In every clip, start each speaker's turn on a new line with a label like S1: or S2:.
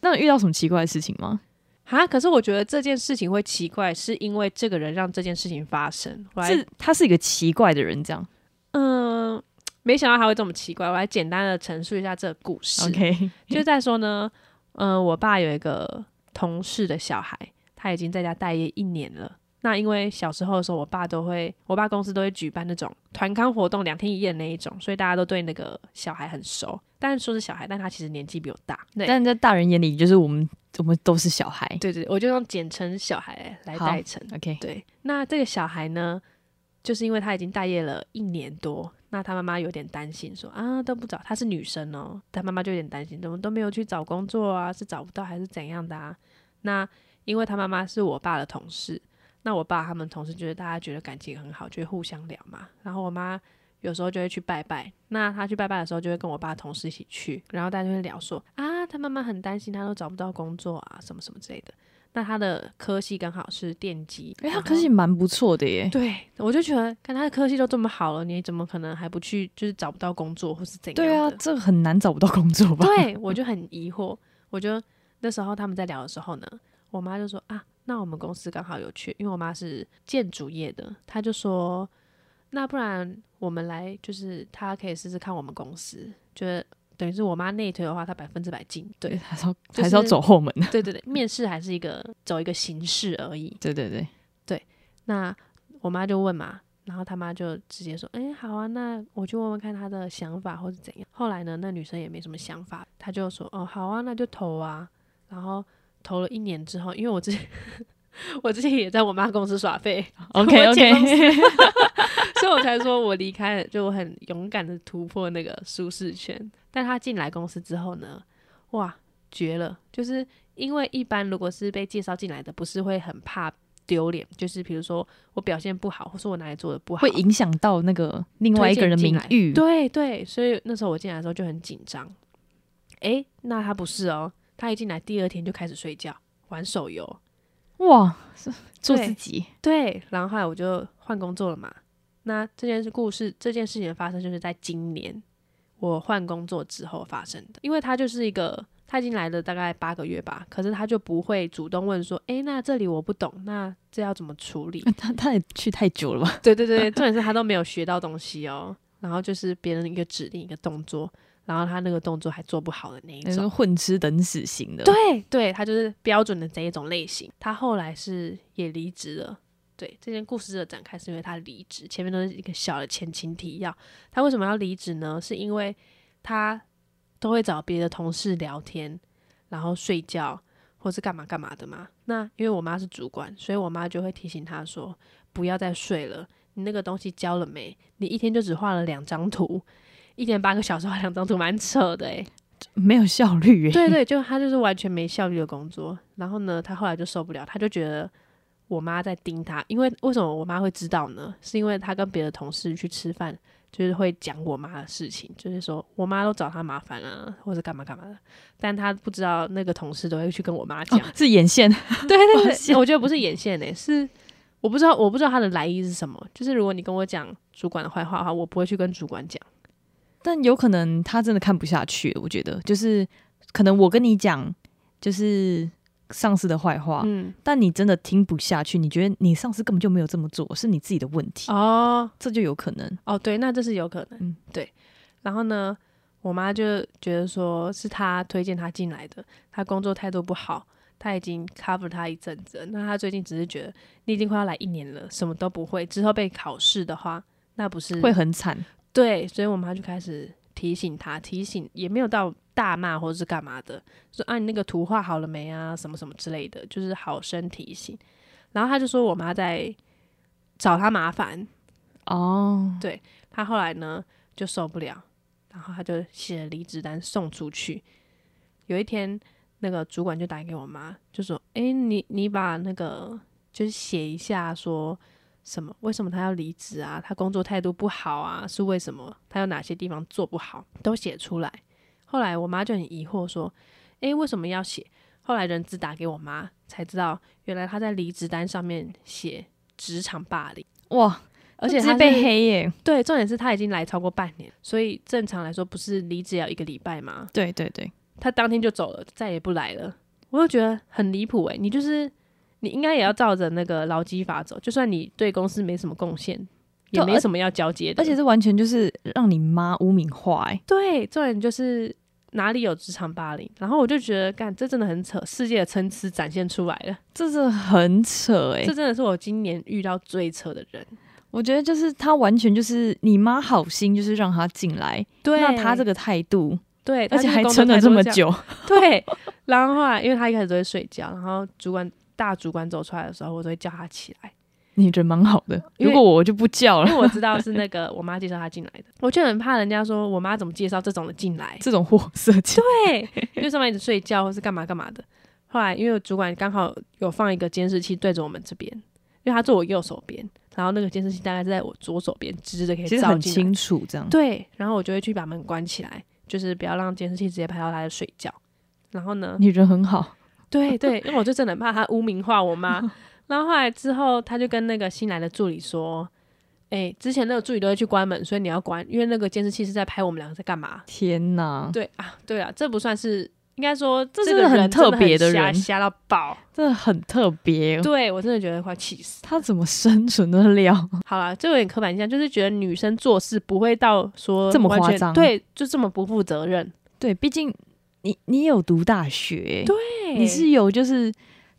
S1: 那有遇到什么奇怪的事情吗？
S2: 啊！可是我觉得这件事情会奇怪，是因为这个人让这件事情发生。我来，
S1: 是他是一个奇怪的人，这样。
S2: 嗯、没想到他会这么奇怪。我来简单的陈述一下这个故事。
S1: OK，
S2: 就是在说呢，嗯、我爸有一个同事的小孩，他已经在家待业一年了。那因为小时候的时候，我爸都会，我爸公司都会举办那种团康活动，两天一夜那一种，所以大家都对那个小孩很熟。但是说是小孩，但他其实年纪比我大。对，
S1: 但在大人眼里，就是我们我们都是小孩。
S2: 对对，我就用简称小孩来
S1: 好
S2: 代称。
S1: OK，
S2: 对，那这个小孩呢，就是因为他已经待业了一年多，那他妈妈有点担心说啊都不找，她是女生哦，他妈妈就有点担心，怎么都没有去找工作啊，是找不到还是怎样的啊？那因为他妈妈是我爸的同事，那我爸他们同事就是大家觉得感情很好，就会互相聊嘛，然后我妈。有时候就会去拜拜，那他去拜拜的时候就会跟我爸同事一起去，然后大家就会聊说啊，他妈妈很担心，他都找不到工作啊，什么什么之类的。那他的科系刚好是电机，
S1: 哎、他
S2: 然后
S1: 可是也蛮不错的耶。
S2: 对，我就觉得，看他的科系都这么好了，你怎么可能还不去，就是找不到工作或是怎样
S1: 对啊
S2: 的，
S1: 这个很难找不到工作吧？
S2: 对，我就很疑惑。我就那时候他们在聊的时候呢，我妈就说啊，那我们公司刚好有缺，因为我妈是建筑业的，她就说，那不然我们来，就是她可以试试看我们公司，就是等于是我妈内推的话，她百分之百进。对，
S1: 还是要、
S2: 就是
S1: 还是要走后门。
S2: 对对对，面试还是一个走一个形式而已。
S1: 对对对，
S2: 那我妈就问嘛，然后他妈就直接说：“哎、好啊，那我就问问看她的想法或是怎样。”后来呢，那女生也没什么想法，她就说：“哦，好啊，那就投啊。”然后投了一年之后，因为我之前 我之前也在我妈公司耍废
S1: OK
S2: 我姐公
S1: OK，
S2: 所以我才说我离开了，就我很勇敢的突破那个舒适圈。但她进来公司之后呢，哇，绝了！就是因为一般如果是被介绍进来的，不是会很怕。丢脸，就是比如说我表现不好，或是我哪里做的不好，
S1: 会影响到那个另外一个人的名誉。
S2: 对对，所以那时候我进来的时候就很紧张。诶，那他不是哦，他一进来第二天就开始睡觉，玩手游。
S1: 哇，做
S2: 对
S1: 自己
S2: 对，然后后来我就换工作了嘛。那这件事故事，这件事情的发生就是在今年我换工作之后发生的，因为他就是一个。他已经来了大概八个月吧，可是他就不会主动问说，诶，那这里我不懂，那这要怎么处理？
S1: 他他也去太久了吧？
S2: 对对对，重点是他都没有学到东西哦。然后就是别人一个指令一个动作，然后他那个动作还做不好的那一
S1: 那
S2: 种。
S1: 是混吃等死型的。
S2: 对对，他就是标准的这一种类型。他后来是也离职了。对，这件故事的展开是因为他离职，前面都是一个小的前情提要。他为什么要离职呢？是因为他都会找别的同事聊天，然后睡觉或是干嘛干嘛的嘛。那因为我妈是主管，所以我妈就会提醒他说，不要再睡了。你那个东西交了没？你一天就只画了两张图，一天八个小时画两张图，蛮扯的诶、欸
S1: 没有效率耶。
S2: 对对，就他就是完全没效率的工作。然后呢，他后来就受不了，他就觉得我妈在盯他，因为为什么我妈会知道呢？是因为他跟别的同事去吃饭，就是会讲我妈的事情，就是说我妈都找他麻烦啊，或者干嘛干嘛的。但他不知道那个同事都会去跟我妈讲
S1: 哦。是眼线，
S2: 对对
S1: 发现
S2: 对，我觉得不是眼线诶、欸是我不知道我不知道他的来意是什么。就是如果你跟我讲主管的坏话的话，我不会去跟主管讲。
S1: 但有可能他真的看不下去了。我觉得就是可能我跟你讲，就是上司的坏话，
S2: 嗯，
S1: 但你真的听不下去，你觉得你上司根本就没有这么做，是你自己的问题，
S2: 哦，
S1: 这就有可能。
S2: 哦，对，那这是有可能，
S1: 嗯
S2: 对。然后呢，我妈就觉得说是她推荐她进来的，她工作态度不好，她已经 cover 她一阵子了，那她最近只是觉得你已经快要来一年了，什么都不会，之后被考试的话，那不是
S1: 会很惨，
S2: 对，所以我妈就开始提醒她，提醒也没有到大骂或者是干嘛的，说啊你那个图画好了没啊，什么什么之类的，就是好生提醒。然后她就说我妈在找她麻烦，
S1: 哦，
S2: 他后来呢就受不了，然后他就写了离职单送出去。有一天，那个主管就打给我妈，就说：“诶，你你把那个就是写一下说。”什么？为什么他要离职啊？他工作态度不好啊？是为什么？他有哪些地方做不好？都写出来。后来我妈就很疑惑说：“诶，为什么要写？”后来人资打给我妈，才知道原来他在离职单上面写职场霸凌，
S1: 哇，
S2: 而且
S1: 他直接
S2: 他
S1: 被
S2: 是
S1: 黑耶，
S2: 对，重点是他已经来超过半年，所以正常来说不是离职要一个礼拜吗？
S1: 对对对，
S2: 他当天就走了，再也不来了。我就觉得很离谱诶，欸你就是你应该也要照着那个劳基法走，就算你对公司没什么贡献，也
S1: 对
S2: 没
S1: 而
S2: 什么要交接的。
S1: 而且这完全就是让你妈污名化、欸，
S2: 对，重点就是哪里有职场霸凌，然后我就觉得，干，这真的很扯，世界的参差展现出来了，
S1: 这是很扯哎、
S2: 这真的是我今年遇到最扯的人。
S1: 我觉得就是他完全就是你妈好心，就是让他进来，
S2: 对
S1: 那他这个态度，
S2: 对，
S1: 而
S2: 他
S1: 且
S2: 就是
S1: 还
S2: 工作
S1: 撑了
S2: 态
S1: 这
S2: 度
S1: 么
S2: 样，
S1: 久，
S2: 对。然后后来，因为他一开始都会睡觉，然后主管大主管走出来的时候，我都会叫他起 来，
S1: 你觉得蛮好的。
S2: 因
S1: 如
S2: 为
S1: 果我就不叫
S2: 因
S1: 了，
S2: 为我知道是那个我妈介绍他进来的，我就很怕人家说我妈怎么介绍这种的进来，
S1: 这种货色情，
S2: 对，因为上班一直睡觉或是干嘛干嘛的。后来因为我主管刚好有放一个监视器对着我们这边，因为他坐我右手边，然后那个监视器大概是在我左手边，直着可以
S1: 其实
S2: 照
S1: 很
S2: 进来。
S1: 清楚这样。
S2: 对，然后我就会去把门关起来，就是不要让监视器直接拍到他在睡觉。然后呢，
S1: 你人很好，
S2: 对对，因为我就真的很怕他污名化我妈。然后后来之后，他就跟那个新来的助理说：“哎、之前那个助理都会去关门，所以你要关，因为那个监视器是在拍我们两个在干嘛。”
S1: 天哪，
S2: 对啊，对啊，这不算是，应该说这
S1: 真
S2: 个
S1: 的很
S2: 人
S1: 特
S2: 真
S1: 别的
S2: 瞎
S1: 人
S2: 瞎到 爆。
S1: 这很特别。哦
S2: 对我真的觉得快气死。
S1: 他怎么生存得了？
S2: 好啦，这有点刻板印象，就是觉得女生做事不会到说
S1: 这么
S2: 完
S1: 夸
S2: 全
S1: 张
S2: 对，就这么不负责任。
S1: 对，毕竟你你有读大学，
S2: 对
S1: 你是有就是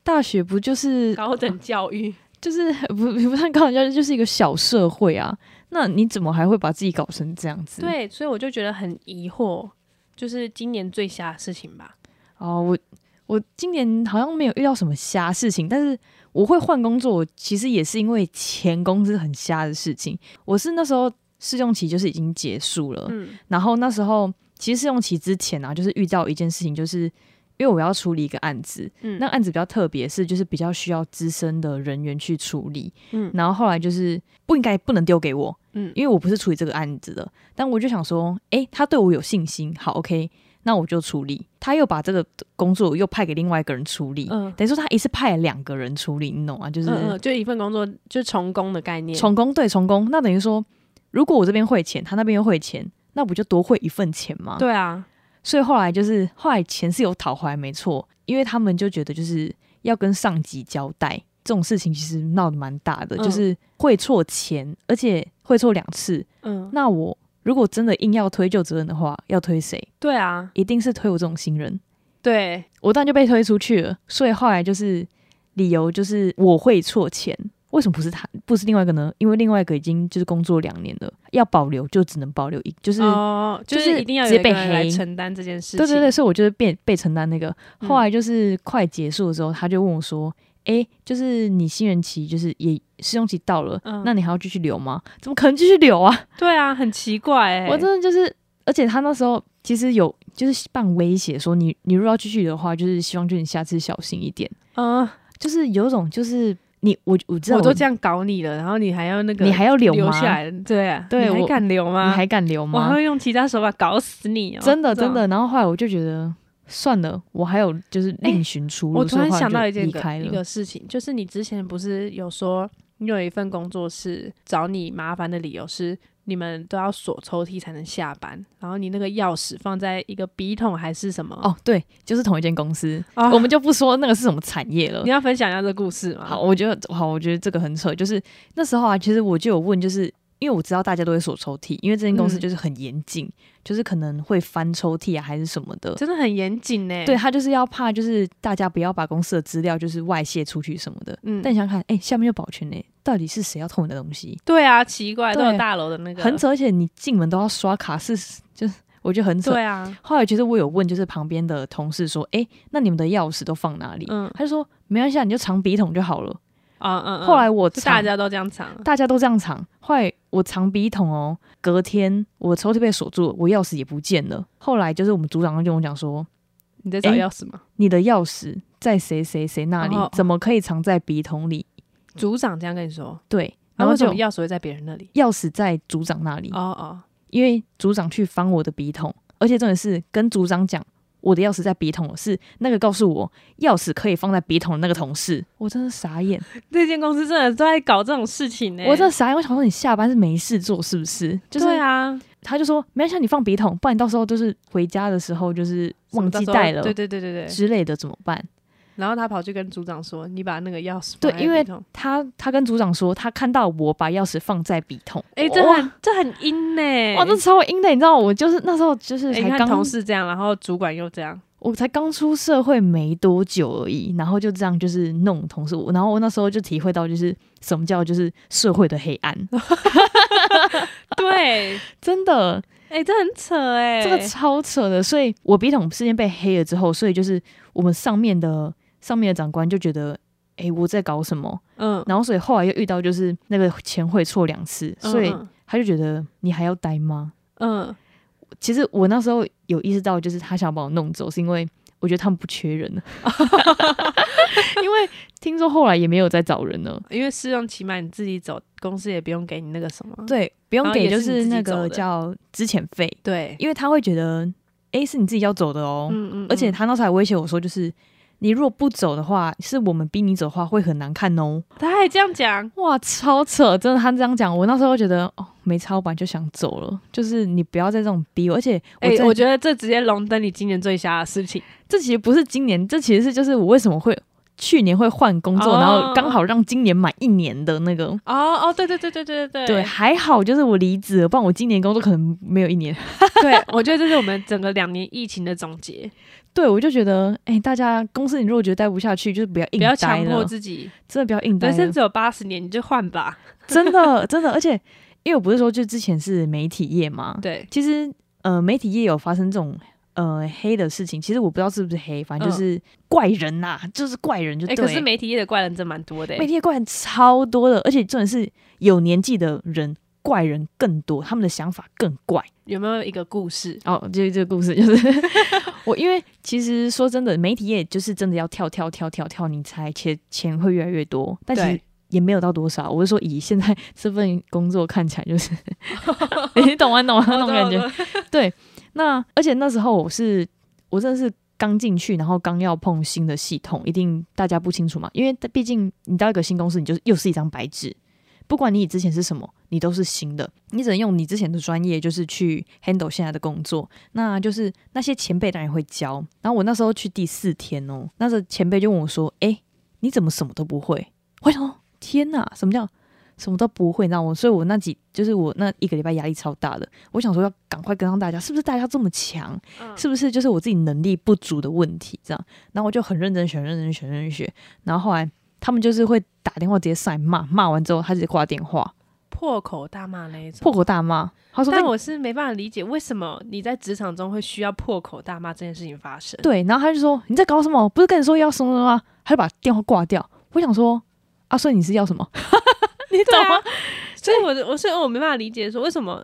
S1: 大学不就是
S2: 高等教 育，
S1: 就是不不算高人家就是一个小社会啊，那你怎么还会把自己搞成这样子？
S2: 对，所以我就觉得很疑惑，就是今年最瞎的事情吧。
S1: 哦，我我今年好像没有遇到什么瞎事情，但是我会换工作，我其实也是因为前公司很瞎的事情。我是那时候试用期就是已经结束了，
S2: 嗯，
S1: 然后那时候其实试用期之前啊，就是遇到一件事情，就是因为我要处理一个案子，
S2: 嗯
S1: 那案子比较特别，是就是比较需要资深的人员去处理，
S2: 嗯
S1: 然后后来就是不应该不能丢给我，
S2: 嗯
S1: 因为我不是处理这个案子的，但我就想说，诶，他对我有信心，好，OK，那我就处理。他又把这个工作又派给另外一个人处理，
S2: 嗯
S1: 等于说他一次派了两个人处理，你懂吗？就
S2: 嗯
S1: 是
S2: 嗯，就一份工作就重工的概念。
S1: 重工对重工，那等于说，如果我这边汇钱，他那边又汇钱，那不就多汇一份钱吗？
S2: 对啊，
S1: 所以后来就是后来钱是有讨回来，没错，因为他们就觉得就是要跟上级交代这种事情，其实闹得蛮大的，
S2: 嗯
S1: 就是汇错钱，而且汇错两次。
S2: 嗯，
S1: 那我如果真的硬要推就责任的话，要推谁？
S2: 对啊，
S1: 一定是推我这种新人，
S2: 对，
S1: 我当然就被推出去了。所以后来就是理由就是我汇错钱。为什么不是他，不是另外一个呢？因为另外一个已经就是工作两年了，要保留就只能保留一，就是、
S2: 哦，就
S1: 就是
S2: 一定要
S1: 直
S2: 有
S1: 接
S2: 一个
S1: 被
S2: 人来
S1: 黑
S2: 承担这件事情。
S1: 对对对，所以我就是被被承担那个。
S2: 嗯
S1: 后来就是快结束的时候，他就问我说：“诶，就是你新人期就是也试用期到了，
S2: 嗯
S1: 那你还要继续留吗？怎么可能继续留啊？
S2: 对啊，很奇怪哎、
S1: 我真的就是，而且他那时候其实有就是半威胁说你，你如果要继续的话，就是希望就是你下次小心一点，
S2: 嗯、
S1: 就是有一种就是你我我知道
S2: 我都这样搞你了，然后你还要那个，
S1: 你还要留
S2: 留
S1: 吗？
S2: 下来，对啊，
S1: 对
S2: 你还
S1: 我
S2: 敢留
S1: 你
S2: 吗？
S1: 还敢留
S2: 我还
S1: 吗？
S2: 会用其他手法搞死你哦！
S1: 真的
S2: 这种
S1: 真，的。然后后来我就觉得算了，我还有就是另寻出路。
S2: 我突
S1: 所
S2: 然
S1: 以后来
S2: 想到
S1: 就
S2: 一件
S1: 离
S2: 个
S1: 开
S2: 一
S1: 了，
S2: 个事情，就是你之前不是有说你有一份工作是找你麻烦的理由是你们都要锁抽屉才能下班，然后你那个钥匙放在一个笔筒还是什么？
S1: 哦，对，就是同一间公司，
S2: 啊
S1: 我们就不说那个是什么产业了
S2: 你。要分享一下这故事吗？
S1: 好，我觉得好，我觉得这个很扯。就是那时候啊，其实我就有问，就是因为我知道大家都会锁抽屉，因为这间公司
S2: 嗯
S1: 就是很严谨，就是可能会翻抽屉啊，还是什么的。
S2: 真的很严谨呢。
S1: 对，他就是要怕，就是大家不要把公司的资料就是外泄出去什么的。
S2: 嗯，
S1: 但你想想看，哎、下面有保全呢、到底是谁要偷你的东西？
S2: 对啊，奇怪，都
S1: 对
S2: 有大楼的那个，
S1: 很扯，而且你进门都要刷卡，是就是我觉得很扯。
S2: 对啊，
S1: 后来其实我有问，就是旁边的同事说，哎、那你们的钥匙都放哪里？
S2: 嗯
S1: 他就说没关系，啊，你就藏笔筒就好了。
S2: 啊嗯嗯。
S1: 后来我
S2: 就
S1: 藏
S2: 大家都这样藏，
S1: 大家都这样藏。后来我藏笔筒哦，隔天我抽屉被锁住了，我钥匙也不见了。后来就是我们组长就跟我讲说，
S2: 你在找
S1: 诶
S2: 钥匙吗？
S1: 你的钥匙在谁谁谁那里
S2: 哦，
S1: 怎么可以藏在笔筒里？
S2: 组长这样跟你说，
S1: 对，然
S2: 然后
S1: 后
S2: 啊为什
S1: 就
S2: 么钥匙会在别人那里？
S1: 钥匙在组长那里，
S2: 哦哦，
S1: 因为组长去翻我的笔筒，而且重点是跟组长讲。我的钥匙在笔筒，是那个告诉我钥匙可以放在笔筒的那个同事，我真的傻眼，
S2: 这间公司真的都在搞这种事情呢、
S1: 我真的傻眼，我想说你下班是没事做是不是？就是
S2: 哎对啊，
S1: 他就说没关系，你放笔筒，不然到时候就是回家的时候就是忘记
S2: 什么到时候
S1: 带了
S2: 对对对对对。
S1: 之类的怎么办？
S2: 然后他跑去跟组长说：“你把那个钥匙
S1: 对
S2: 放在
S1: 因为
S2: 笔筒
S1: 他他跟组长说，他看到我把钥匙放在笔筒，
S2: 哎、这
S1: 哇
S2: 很这很阴呢、
S1: 哇，这超阴的，你知道，我就是那时候就是
S2: 哎
S1: 才
S2: 你看
S1: 刚、
S2: 同事这样，然后主管又这样，
S1: 我才刚出社会没多久而已，然后就这样就是弄同事，我然后我那时候就体会到就是什么叫就是社会的黑 暗，
S2: 对，
S1: 真的
S2: 哎、这很扯哎、
S1: 这个超扯的。所以我笔筒事件被黑了之后，所以就是我们上面的上面的长官就觉得，诶，我在搞什么？
S2: 嗯，
S1: 然后所以后来又遇到就是那个钱汇错两次，所以
S2: 嗯
S1: 他就觉得你还要待吗？
S2: 嗯
S1: 其实我那时候有意识到，就是他想把我弄走，是因为我觉得他们不缺人了， 因为听说后来也没有再找人了。
S2: 因为试用期嘛，你自己走，公司也不用给你那个什么，
S1: 对，不用
S2: 嗯然后
S1: 给
S2: 也
S1: 就是
S2: 你
S1: 是
S2: 自己
S1: 那
S2: 走
S1: 个
S2: 的
S1: 叫资遣费，
S2: 对，
S1: 因为他会觉得，诶，是你自己要走的哦。
S2: 嗯嗯，
S1: 而且
S2: 嗯
S1: 他那时候还威胁我说，就是你如果不走的话，是我们逼你走的话会很难看哦。
S2: 他还这样讲，
S1: 哇，超扯！真的，他这样讲，我那时候觉得哦，没差，我本来就想走了，就是你不要再这种逼我。而且我
S2: 哎、
S1: 真的，
S2: 我觉得这直接荣登你今年最瞎的事情，
S1: 这其实不是今年，这其实是就是我为什么会去年会换工作，
S2: 哦
S1: 然后刚好让今年满一年的那个。
S2: 哦哦，对对对对对对
S1: 对，还好就是我离职了，不然我今年工作可能没有一年。
S2: 对，我觉得这是我们整个两年疫情的总 结，
S1: 对，我就觉得，哎、大家公司你如果觉得待不下去，就是不要硬
S2: 不要
S1: 待
S2: 强迫
S1: 了，
S2: 自己，
S1: 真的不要硬待
S2: 人生
S1: 了，
S2: 只有八十年，你就换吧。
S1: 真的 真的。而且，因为我不是说就之前是媒体业嘛，
S2: 对，
S1: 其实呃，媒体业有发生这种呃黑的事情，其实我不知道是不是黑，反正就是怪人呐、嗯就是怪人就
S2: 哎、
S1: 对。
S2: 可是媒体业的怪人真蛮多的、
S1: 媒
S2: 欸，
S1: 体业怪人超多的，而且重点是有年纪的人。怪人更多，他们的想法更怪
S2: 有没有一个故事？
S1: 哦。这这个故事就是 我，因为其实说真的，媒体业就是真的要跳跳跳跳跳，你才钱钱会越来越多，但其实
S2: 对
S1: 也没有到多少。我是说，以现在 这份工作看起来，就是 你懂吗？懂 吗？那种感觉，那而且那时候我是我真的是刚进去，然后刚要碰新的系统，一定大家不清楚嘛，因为毕竟你到一个新公司，你就是又是一张白纸，不管你之前是什么，你都是新的，你只能用你之前的专业，就是去 handle 现在的工作。那就是那些前辈当然会教，然后我那时候去第四天哦，那时候前辈就问我说：“诶，你怎么什么都不会？”我想说：“天哪，什么叫？”什么都不会，你知道吗？所以我那几就是我那一个礼拜压力超大的。我想说要赶快跟上大家，是不是大家这么强？
S2: 嗯
S1: 是不是就是我自己能力不足的问题？这样，然后我就很认真学，认真学，认真学。然后后来他们就是会打电话直接上来骂，骂完之后他直接挂电话，
S2: 破口大骂那一种。
S1: 破口大骂。他说那
S2: 但
S1: 个
S2: 我是没办法理解，为什么你在职场中会需要破口大骂这件事情发生？
S1: 对，然后他就说你在搞什么？不是跟你说要什么什么吗？他就把电话挂掉。我想说啊，所以你是要什么？ 你懂
S2: 对啊
S1: 吗？
S2: 所以我的，我所以我没办法理解说为什么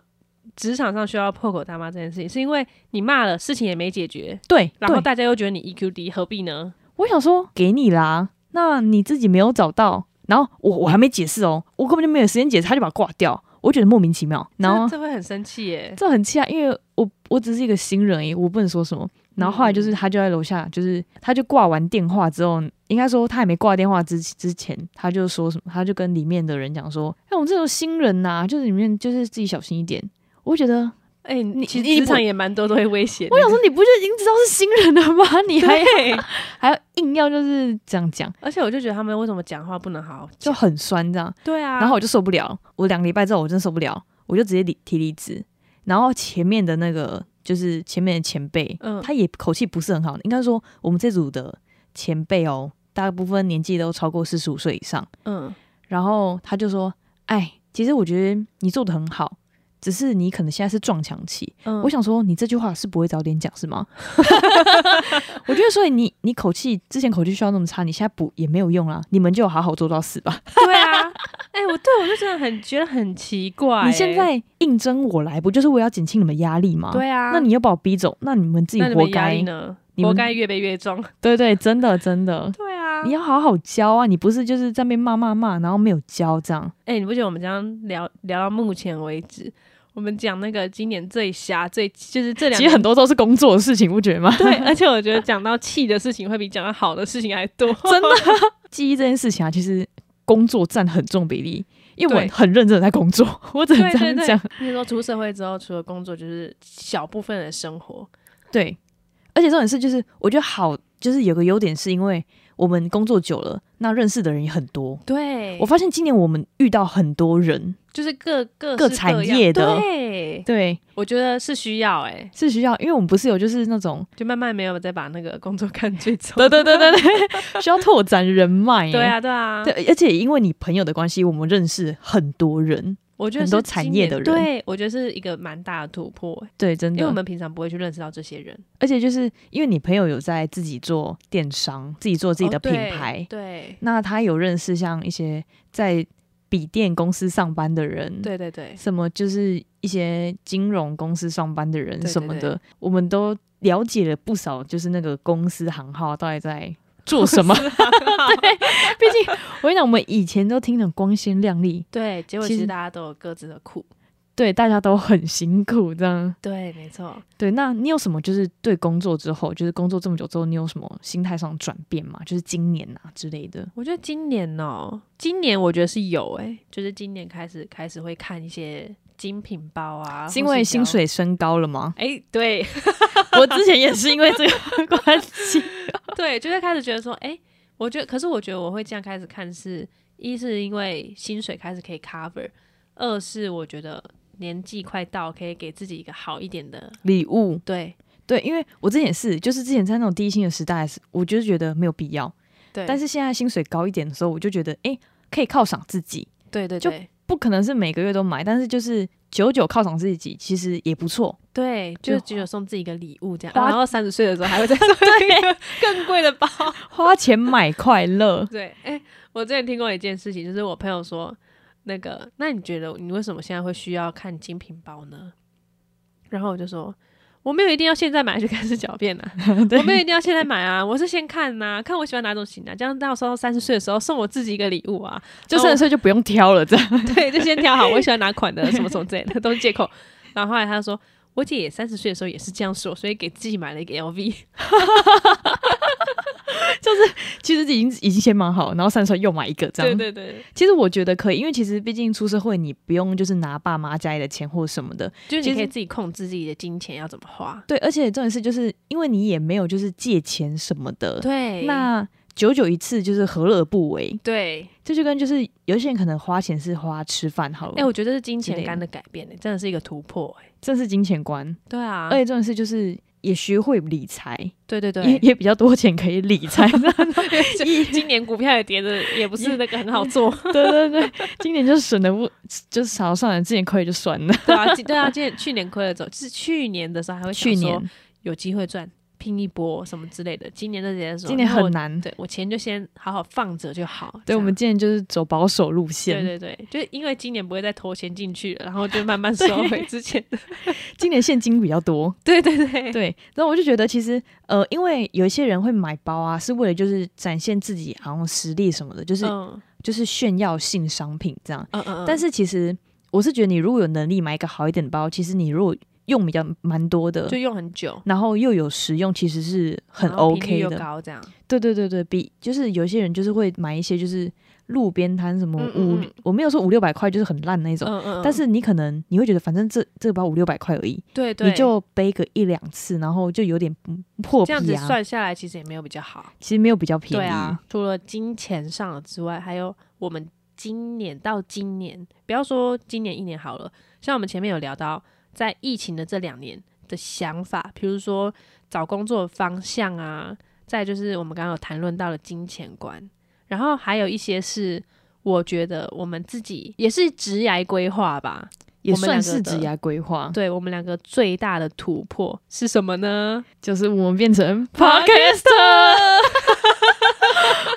S2: 职场上需要破口大骂这件事情，是因为你骂了事情也没解决，
S1: 对，
S2: 然后
S1: 对
S2: 大家又觉得你 EQ 低，何必呢？
S1: 我想说给你啦，那你自己没有找到，然后我我还没解释哦，我根本就没有时间解释，他就把它挂掉。我觉得莫名其妙，然后
S2: 这这会很生气耶。
S1: 这很气啊，因为我我只是一个新人而已，我不能说什么。然后后来就是他就在楼下，就是他就挂完电话之后，应该说他还没挂电话之之前，他就说什么，他就跟里面的人讲说：“哎、我们这种新人呐、就是里面就是自己小心一点。”我觉得，
S2: 哎、
S1: 你
S2: 其实
S1: 你
S2: 职场
S1: 不
S2: 也蛮多都会威胁的。
S1: 我想说，你不就已经知道是新人了吗？你还
S2: 对，
S1: 还要硬要就是这样讲，
S2: 而且我就觉得他们为什么讲话不能好好
S1: 就
S2: 讲？
S1: 很酸这样。
S2: 对啊，
S1: 然后我就受不了，我两个礼拜之后我真的受不了，我就直接离提离职。然后前面的那个就是前面的前辈，
S2: 嗯
S1: 他也口气不是很好，应该说我们这组的前辈哦，大部分年纪都超过四十五岁以上。
S2: 嗯，
S1: 然后他就说：“哎，其实我觉得你做的很好，只是你可能现在是撞墙期。
S2: 嗯
S1: 我想说，你这句话是不会早点讲是吗？ 我觉得，所以你你口气之前口气需要那么差，你现在补也没有用啦。啊你们就好好做到死吧。
S2: 对啊，哎、我对我就真的很觉得很奇怪、
S1: 你现
S2: 哎
S1: 在应征我来，不就是为了要减轻你们压力吗？、
S2: 对啊，
S1: 那你又把我逼走，那你们自己
S2: 那你
S1: 活
S2: 们压
S1: 该
S2: 力。呢？
S1: 你
S2: 活
S1: 们
S2: 该越背越重。
S1: 对对，真的真的，
S2: 对啊
S1: 你要好好教啊！你不是就是在那边骂骂骂，然后没有教这样。
S2: 哎、你不觉得我们这样聊聊到目前为止，我们讲那个今年最瞎、最就是这两
S1: 其实很多都是工作的事情，不觉得吗？
S2: 对，而且我觉得讲到气的事情会比讲到好的事情还 多，
S1: 真的记忆这件事情啊，其实工作占很重比例，因为我
S2: 对
S1: 很认真的在工作， 我只能
S2: 对
S1: 这
S2: 对
S1: 样
S2: 对
S1: 讲。，
S2: 你说出社会之后，除了工作，就是小部分的生活。
S1: 对，而且重点是，就是我觉得好，就是有个优点是因为我们工作久了，那认识的人也很多。
S2: 对
S1: 我发现今年我们遇到很多人，
S2: 就是各各
S1: 各
S2: 式
S1: 产
S2: 样
S1: 业的
S2: 对，
S1: 对，
S2: 我觉得是需要哎、
S1: 是需要，因为我们不是有就是那种，
S2: 就慢慢没有再把那个工作看最重。
S1: 对对对对对， 需要拓展人脉、
S2: 对，啊，对啊，
S1: 对，而且因为你朋友的关系，我们认识很多人，
S2: 我觉得
S1: 很多
S2: 是
S1: 产
S2: 今
S1: 业
S2: 年
S1: 的人
S2: 对我觉得是一个蛮大的突破、欸，
S1: 对，真
S2: 因
S1: 的，
S2: 为我们平常不会去认识到这些人，
S1: 而且就是因为你朋友有在自己做电商，自己做自己的
S2: 哦
S1: 品
S2: 对
S1: 牌，
S2: 对
S1: 那他有认识像一些在笔电公司上班的人，，
S2: 对对对，
S1: 什么就是一些金融公司上班的人
S2: 对
S1: 什么的，
S2: 对对
S1: 我们都了解了不少，就是那个公司行号到底在做 什么。对， 毕竟我跟你讲，我们以前都听得光鲜亮丽，
S2: 对，结果
S1: 其
S2: 其
S1: 实
S2: 实大家都有各自的苦。
S1: 对，大家都很辛苦这样。
S2: 对，没错。
S1: 对，那你有什么就是对工作之后，就是工作这么久之后，你有什么心态上转变吗？就是今年啊之类的。
S2: 我觉得今年哦、今年我觉得是有诶、就是今年开始开始会看一些精品包啊，
S1: 是因
S2: 或
S1: 为
S2: 比较？
S1: 薪。水升高了吗
S2: 哎、对
S1: 我之前也是因为这个关系。
S2: 对，就会开始觉得说，哎、我觉得，可是我觉得我会这样开始看是，一是因为薪水开始可以 cover，二是我觉得年纪快到，可以给自己一个好一点的，
S1: 礼物，
S2: 对
S1: 对，因为我之前也是，就是之前在那种低薪的时代，我就是觉得没有必要。
S2: 对，
S1: 但是现在薪水高一点的时候，我就觉得，哎、可以犒赏自己，
S2: 对对
S1: 就
S2: 对
S1: 不可能是每个月都买，但是就是久久犒赏自己，其实也不错。
S2: 对，就
S1: 就
S2: 只有送自己一个礼物这样，
S1: 花
S2: 然后三十岁的时候还会 再送一个更贵的包，，
S1: 花钱买快乐
S2: 对，哎、我之前听过一件事情，就是我朋友说，那个，那你觉得你为什么现在会需要看精品包呢？然后我就说，我没有一定要现在买就开始狡 辩啊，我没有一定要现在买啊，我是先看呐、看我喜欢哪种型啊，这样到时候三十岁的时候送我自己一个礼物啊，
S1: 就三十岁就不用挑了，这样。
S2: 对，就先挑好我喜欢哪款的，什么什么之类的，都是借口。然后后来他说，我姐也三十岁的时候也是这样说，所以给自己买了一个 LV。
S1: 其实已经已经先蛮好，然后三十岁又买一个 这样。
S2: 对对对，
S1: 其实我觉得可以，因为其实毕竟出社会，你不用就是拿爸妈家里的钱或什么的。
S2: 就是
S1: 其
S2: 你可以
S1: 实
S2: 自己控制自己的金钱要怎么花。
S1: 对，而且重点是就是因为你也没有就是借钱什么的，
S2: 对，
S1: 那久久一次就是何乐而不为？
S2: 对。
S1: 这就跟就是有些人可能花钱是花吃饭好了，
S2: 哎、我觉得是金
S1: 之
S2: 钱
S1: 类
S2: 观
S1: 的
S2: 的改变、欸，真的是一个突破、欸。
S1: 这是金钱观。
S2: 对啊，
S1: 而且重点是就是也学会理财，
S2: 对对
S1: 也
S2: 对，
S1: 也比较多钱可以理 财。
S2: 今今年股票也跌的也不是那个很好做，
S1: 对对对，今年就省的不 就是少算了，之前亏就算了。
S2: 对啊，今对啊，今年去年亏了走，就是 去年的时候还会想
S1: 去
S2: 说
S1: 年
S2: 有机会赚，拼一波什么之类的，今年就直接说，
S1: 今年
S2: 那我
S1: 很难，
S2: 对我钱就先好好放着就好。这
S1: 对
S2: 样
S1: 我们今年就是走保守路线。
S2: 对对对，就是因为今年不会再投钱进去了，然后就慢慢收回之前的。
S1: 今年现金比较多，
S2: 对对对
S1: 对，然后我就觉得其实呃，因为有一些人会买包啊，是为了就是展现自己好像实力什么的，就是、
S2: 嗯
S1: 就是炫耀性商品这样。
S2: 嗯嗯，
S1: 但是其实我是觉得，你如果有能力买一个好一点的包，其实你如果用比较蛮多的
S2: 就，用很久，
S1: 然后又有实用，其实是很
S2: 然后频率
S1: OK
S2: 又
S1: 的。
S2: 高这样。
S1: 对对对对，比就是有些人就是会买一些就是路边摊什么
S2: 嗯
S1: 五，
S2: 嗯嗯
S1: 我没有说五六百块就是很烂那种。
S2: 嗯嗯，
S1: 但
S2: 嗯
S1: 是你可能你会觉得，反正这这个包五六百块而已，
S2: 对对，
S1: 你就背个一两次，然后就有点嗯破
S2: 这样子
S1: 皮啊。
S2: 算下来，其实也没有比较好。
S1: 其实没有比较便宜，
S2: 对啊，除了金钱上的之外，还有我们今年到今年，不要说今年一年好了，像我们前面有聊到，在疫情的这两年的想法，比如说找工作的方向啊，再就是我们刚刚有谈论到了金钱观，然后还有一些是。我觉得我们自己也是职涯规划吧，
S1: 也
S2: 我们两
S1: 算
S2: 个
S1: 是职
S2: 的
S1: 涯规划，
S2: 对我们两个最大的突破是什么呢？
S1: 就是我们变 成 podcaster。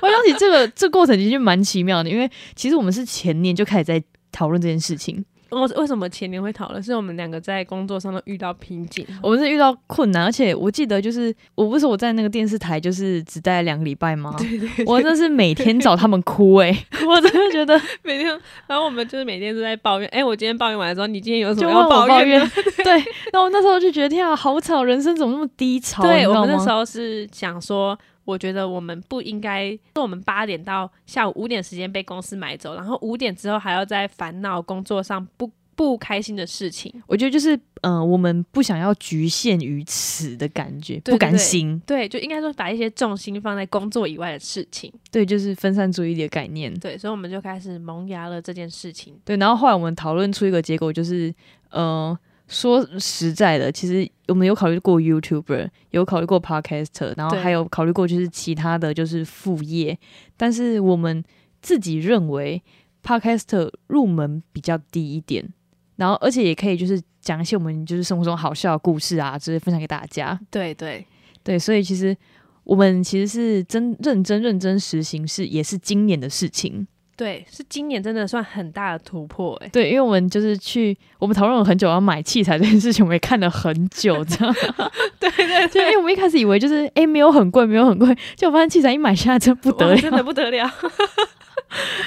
S1: 我想起这个这过程其实蛮奇妙的，因为其实我们是前年就开始在讨论这件事情，
S2: 我为什么前年会讨论？是我们两个在工作上都遇到瓶颈。
S1: 我们是遇到困难，而且我记得就是，我不是我在那个电视台就是只待两个礼拜吗？
S2: 对对
S1: 我真的是每天找他们哭哎、欸 我真的觉得
S2: 每天，然后我们就是每天都在抱怨。哎、我今天抱怨完之后，你今天有什
S1: 就
S2: 么
S1: 问我抱
S2: 要怨
S1: 怨
S2: 的？，
S1: 对。然后我那时候就觉得天啊，好吵，人生怎么那么低潮？你
S2: 对
S1: 知
S2: 我
S1: 道
S2: 们那
S1: 吗
S2: 时候是想说，我觉得我们不应该，是我们八点到下午五点时间被公司买走，然后五点之后还要在烦恼工作上不不开心的事情。
S1: 我觉得就是，嗯、我们不想要局限于此的感觉，
S2: 对
S1: 不甘
S2: 对
S1: 心，
S2: 对，就应该说把一些重心放在工作以外的事情。
S1: 对，就是分散注意力的概念。
S2: 对，所以我们就开始萌芽了这件事情。
S1: 对，然后后来我们讨论出一个结果，就是，呃，说实在的，其实我们有考虑过 YouTuber，有考虑过 Podcaster，然后
S2: 对
S1: 还有考虑过就是其他的就是副业，但是我们自己认为 Podcaster 入门比较低一点，然后而且也可以就是讲一些我们就是生活中好笑的故事啊之类分享给大家。
S2: 对对
S1: 对，所以其实我们其实是真认真认真实行是也是今年的事情。
S2: 对，是今年真的算很大的突破哎、
S1: 对，因为我们就是去我们讨论了很久要买器材这件事情，我们也看了很久，这样。
S2: 对对
S1: 就因为我们一开始以为就是哎、诶没有很贵，没有很贵，结果发现器材一买下来真不得
S2: 哇真的
S1: 了。
S2: 不得了。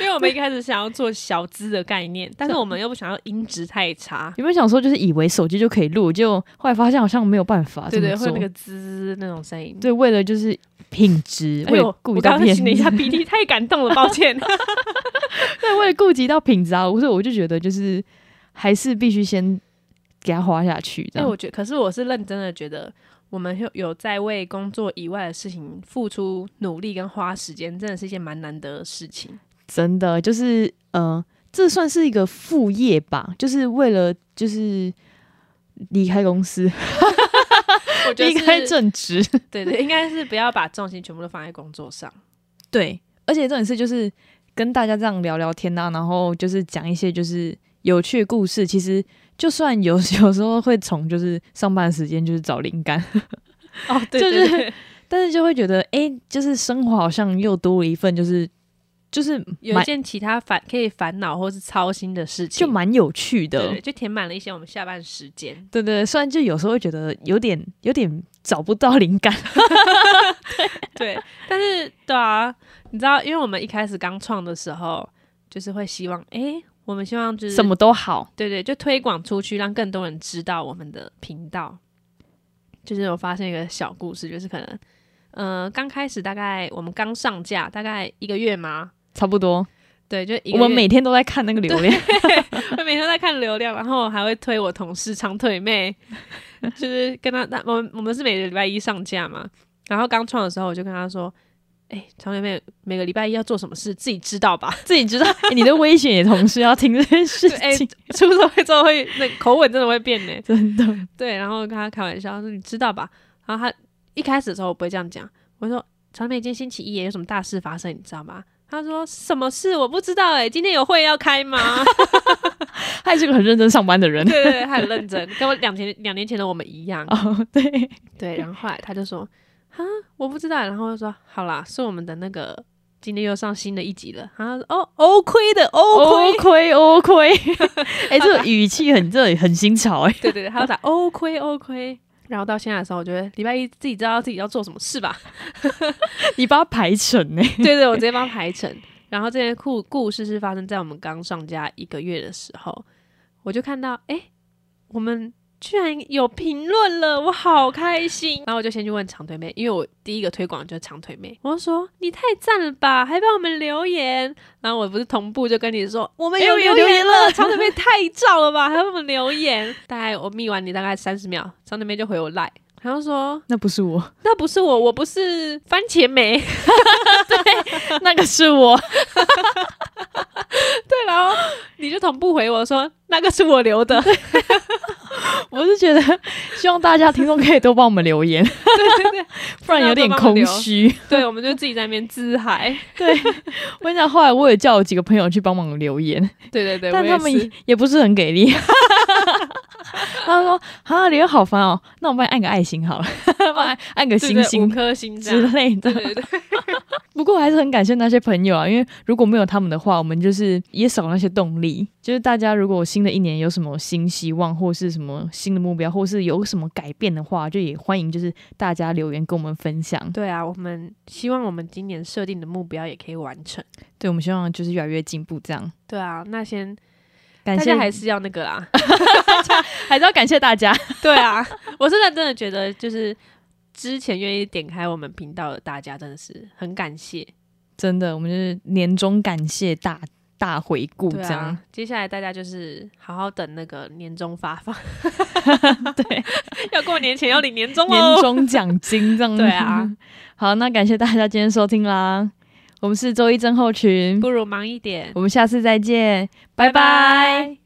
S2: 因为我们一开始想要做小资的概念，但是我们又不想要音质太差，
S1: 有没有想说就是以为手机就可以录，结果后来发现好像没有办法
S2: 对对，
S1: 这啊么
S2: 会有那
S1: 做
S2: 个滋那种声音。
S1: 对，为了就是品质，
S2: 哎
S1: 为
S2: 呦
S1: 了顾
S2: 我
S1: 及
S2: 刚
S1: 到
S2: 刚
S1: 品
S2: 擤了一下鼻 涕，太感动了，抱歉。
S1: 对，为了顾及到品质啊，所以我就觉得就是还是必须先给它花下去。这
S2: 哎，
S1: 样。
S2: 我觉可是我是认真的觉得，我们有有在为工作以外的事情付出努力跟花时间，真的是一件蛮难得的事情。
S1: 真的就是，呃，这算是一个副业吧，就是为了就是离开公司，
S2: 我觉
S1: 离开
S2: 得是，
S1: 正职。
S2: 对对，应该是不要把重心全部都放在工作上。
S1: 对，而且重点是就是跟大家这样聊聊天啊，然后就是讲一些就是有趣的故事。其实就算有有时候会从就是上班时间就是找灵感，
S2: 哦，对
S1: 就
S2: 对
S1: 是
S2: 对，
S1: 但是就会觉得，哎、就是生活好像又多了一份，就是就是
S2: 有一
S1: 蛮
S2: 件其他烦可以烦恼或是操心的事情，
S1: 就蛮有趣的。
S2: 对对，就填满了一些我们下班时间。
S1: 对对，虽然就有时候会觉得有点有点找不到灵感，
S2: 对，但是对啊，你知道，因为我们一开始刚创的时候，就是会希望，诶，我们希望就是
S1: 什么都好，
S2: 对对，就推广出去，让更多人知道我们的频道。就是我发现一个小故事，就是可能，呃，刚开始大概我们刚上架大概一个月嘛，
S1: 差不多。
S2: 对，就一个
S1: 我
S2: 月
S1: 们每天都在看那个流量，
S2: 我每天都在看流量，然后我还会推我同事长腿妹，就是跟她，那我们我们是每个礼拜一上架嘛，然后刚创的时候我就跟她说，哎、长腿妹每个礼拜一要做什么事自己知道吧，
S1: 自己知道、 哎你的危险也同时要听这件事
S2: 哎
S1: 情，
S2: 出社会之后会那口吻真的会变呢，
S1: 真的。
S2: 对，然后跟他开玩笑说你知道吧？然后他一开始的时候我不会这样讲，我说长美今天星期一耶有什么大事发生，你知道吗？他说什么事我不知道哎、今天有会要开吗？
S1: 他也是个很认真上班的人。
S2: 对对对，他很认真，跟我两前两年前的我们一样。
S1: 哦，对，
S2: 对，然后后来他就说啊我不知道，然后我就说好啦，是我们的那个今天又上新的一集了。然后他说哦欧亏的欧
S1: 欧，亏
S2: 亏
S1: 欧亏， 哎，这个语气很这很新潮哎。
S2: 对对对，他要 打欧亏欧亏。然后到现在的时候，我觉得礼拜一自己知道自己要做什么事吧。
S1: 你把它排成哎，
S2: 对对，我直接帮他排成。然后这些故故事是发生在我们刚上架一个月的时候，我就看到，哎，我们居然有评论了，我好开心。然后我就先去问长腿妹，因为我第一个推广就是长腿妹，我就说你太赞了吧，还帮我们留言。然后我不是同步就跟你说，我们
S1: 哎
S2: 有
S1: 我们有
S2: 留
S1: 留
S2: 言
S1: 言
S2: 了，
S1: 了
S2: 长腿妹太照了吧，还帮我们留言。大概我密完你大概三十秒，长腿妹就回我赖，然后说
S1: 那不是我，
S2: 那不是我，我不是番茄妹。
S1: 那个是我。
S2: 对，然后你就同步回我说那个是我留的，对
S1: 我是觉得希望大家听众可以多帮我们留言，
S2: 对对，
S1: 不然有点空虚。
S2: 对，我们就自己在那边自嗨，
S1: 我跟你讲，后来我也叫我几个朋友去帮忙留言，
S2: 对对对，
S1: 但
S2: 我
S1: 他
S2: 也
S1: 们
S2: 是
S1: 也也不是很给力。他说啊，理由好烦哦，那我帮你按个爱心好了，帮你按个星
S2: 哦对对对五
S1: 星
S2: 颗星这
S1: 之
S2: 样，
S1: 类的
S2: 对。对对，
S1: 不过还是很感谢那些朋友啊，因为如果没有他们的话，我们就是也少了那些动力。就是大家如果新的一年有什么新希望，或是什么新的目标，或是有什么改变的话，就也欢迎就是大家留言跟我们分享。
S2: 对啊，我们希望我们今年设定的目标也可以完成。
S1: 对我们希望就是越来越进步，这样。
S2: 对啊，那先
S1: 感
S2: 大
S1: 谢
S2: 家还是要那个 啦。
S1: 还是要感谢大家，
S2: 对啊，我真的真的觉得就是之前愿意点开我们频道的大家，真的是很感谢。
S1: 真的，我们就是年终感谢大大回顾这
S2: 对
S1: 样。
S2: 啊，接下来大家就是好好等那个年终发 放，
S1: 对，
S2: 要过年前要领年终
S1: 年
S2: 哦。
S1: 终奖金这样。
S2: 对啊，
S1: 好，那感谢大家今天收听啦，我们是周一症候群，
S2: 不如忙一点，
S1: 我们下次再见，拜拜。
S2: 拜拜